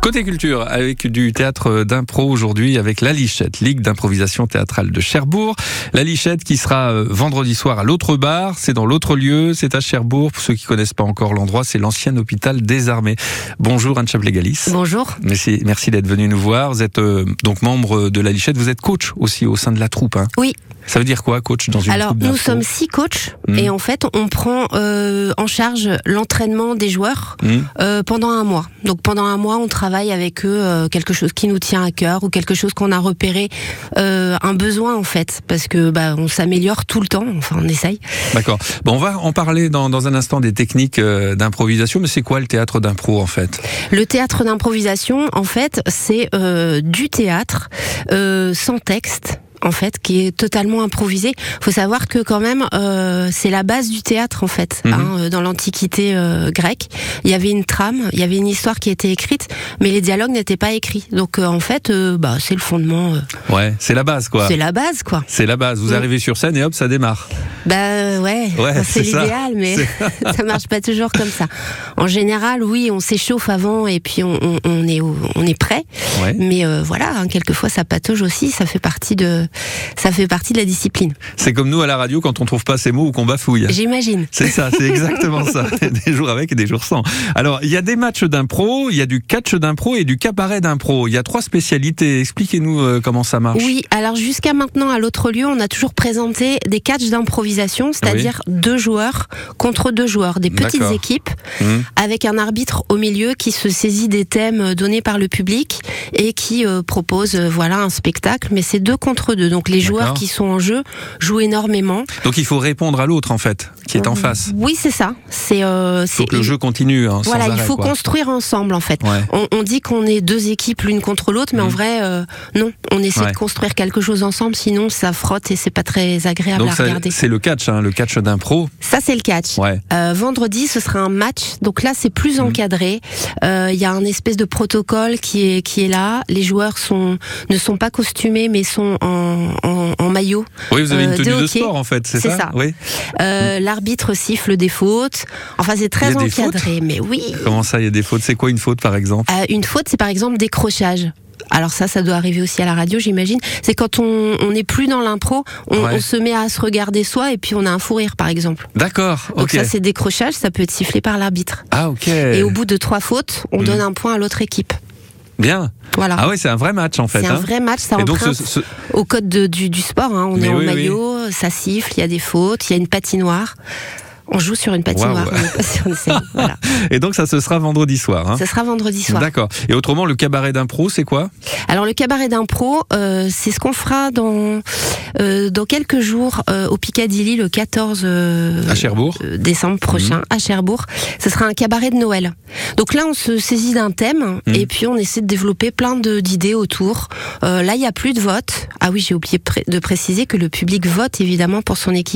Côté culture, avec du théâtre d'impro aujourd'hui, avec La Lichette, Ligue d'improvisation théâtrale de Cherbourg. La Lichette qui sera euh, vendredi soir à l'autre bar, c'est dans l'autre lieu, c'est à Cherbourg. Pour ceux qui connaissent pas encore l'endroit, c'est l'ancien hôpital des armées. Bonjour Anne Chaplegalis. Bonjour. Merci, merci d'être venu nous voir. Vous êtes euh, donc membre de La Lichette, vous êtes coach aussi au sein de la troupe. Hein. Oui. Ça veut dire quoi, coach, dans une Alors, troupe nous d'impro sommes six coachs Mm. et en fait, on prend euh, en charge l'entraînement des joueurs Hmm euh, pendant un mois. Donc, pendant un mois, on travaille avec eux euh, quelque chose qui nous tient à cœur ou quelque chose qu'on a repéré, euh, un besoin en fait, parce que bah, on s'améliore tout le temps. Enfin, on essaye. D'accord. Bon, on va en parler dans, dans un instant des techniques euh, d'improvisation, mais c'est quoi le théâtre d'impro en fait Le théâtre d'improvisation, en fait, c'est euh, du théâtre euh, sans texte. En fait, qui est totalement improvisé. Faut savoir que quand même, euh, c'est la base du théâtre en fait. Mhm. hein, euh, dans l'antiquité euh, grecque, il y avait une trame, il y avait une histoire qui était écrite, mais les dialogues n'étaient pas écrits. Donc euh, en fait, euh, bah c'est le fondement, euh, Ouais, c'est la base quoi. c'est la base quoi. C'est la base. Vous Mm. arrivez sur scène et hop, ça démarre. Bah euh, ouais, Ouais, enfin, c'est c'est ça. l'idéal, mais ça marche pas toujours comme ça. En général, oui, on s'échauffe avant et puis on, on- on est au- on est prêt. Ouais. Mais euh, voilà, hein, quelquefois ça patauge aussi, ça fait partie de ça fait partie de la discipline. C'est comme nous à la radio quand on trouve pas ces mots ou qu'on bafouille. J'imagine. C'est ça, c'est exactement ça. Des jours avec et des jours sans. Alors, il y a des matchs d'impro, il y a du catch d'impro et du cabaret d'impro. Il y a trois spécialités. Expliquez-nous euh, comment ça marche. Oui, alors jusqu'à maintenant à l'autre lieu, on a toujours présenté des catchs d'improvisation, c'est-à-dire deux joueurs contre deux joueurs, des petites D'accord. équipes Hmm. avec un arbitre au milieu qui se saisit des thèmes euh, donnés par le public et qui euh, propose euh, voilà un spectacle mais c'est deux contre deux. Donc les joueurs D'accord. qui sont en jeu jouent énormément. Donc, il faut répondre à l'autre en fait, qui est en face. Oui, c'est ça. C'est euh, c'est- Donc, le jeu continue. hein, sans voilà, il arrêt, faut quoi. construire ensemble en fait. Ouais. On, on dit qu'on est deux équipes l'une contre l'autre, mais en Mhm. vrai, euh, non. On essaie Ouais. de construire quelque chose ensemble, sinon ça frotte et c'est pas très agréable Donc, à ça, regarder. c'est le catch, hein, le catch d'impro. Ça, c'est le catch. Ouais. Euh, vendredi, ce sera un match. Donc là, c'est plus Mhm. encadré. Euh, Il y a un espèce de protocole qui est qui est là. Les joueurs sont ne sont pas costumés, mais sont en, en, en maillot. Oui, vous avez une Euh, de tenue de, hockey. sport en fait, c'est C'est ça, ça. Oui. Euh, L'arbitre siffle des fautes. Enfin, c'est Mm. Il y très a des encadré. Mais oui. Comment ça, il y a des fautes C'est quoi une faute par exemple Euh, une faute, c'est par exemple décrochage. Alors ça, ça doit arriver aussi à la radio, j'imagine. C'est quand on on n'est plus dans l'impro, on, Ouais. on se met à se regarder soi et puis on a un fou rire, par exemple. D'accord, Donc ok. ça, c'est décrochage, ça peut être sifflé par l'arbitre. ah, ok. Et au bout de trois fautes, on Mhm. donne un point à l'autre équipe. Bien. Voilà. Ah, ouais, c'est un vrai match en fait. c'est un hein. vrai match, ça Et donc, ce- emprunte ce- au code de- du, du sport. hein. On Mais est en oui, oui. maillot, ça siffle, il y a des fautes, il y a une patinoire. On joue sur une patinoire. Waouh. on est pas sur une scène. Voilà. et donc, ça, ce sera vendredi soir. hein. Ça sera vendredi soir. D'accord. Et autrement, le cabaret d'impro, c'est quoi Alors le cabaret d'impro, euh, c'est ce qu'on fera dans euh, dans quelques jours euh, au Piccadilly le 14 euh, À Cherbourg Mhm. euh, décembre prochain à Cherbourg. Ce sera un cabaret de Noël. Donc là, on se saisit d'un thème Mhm. et puis on essaie de développer plein de- d'idées autour. Euh, là, il n'y a plus de vote. Ah oui, j'ai oublié pré- de préciser que le public vote évidemment pour son équipe.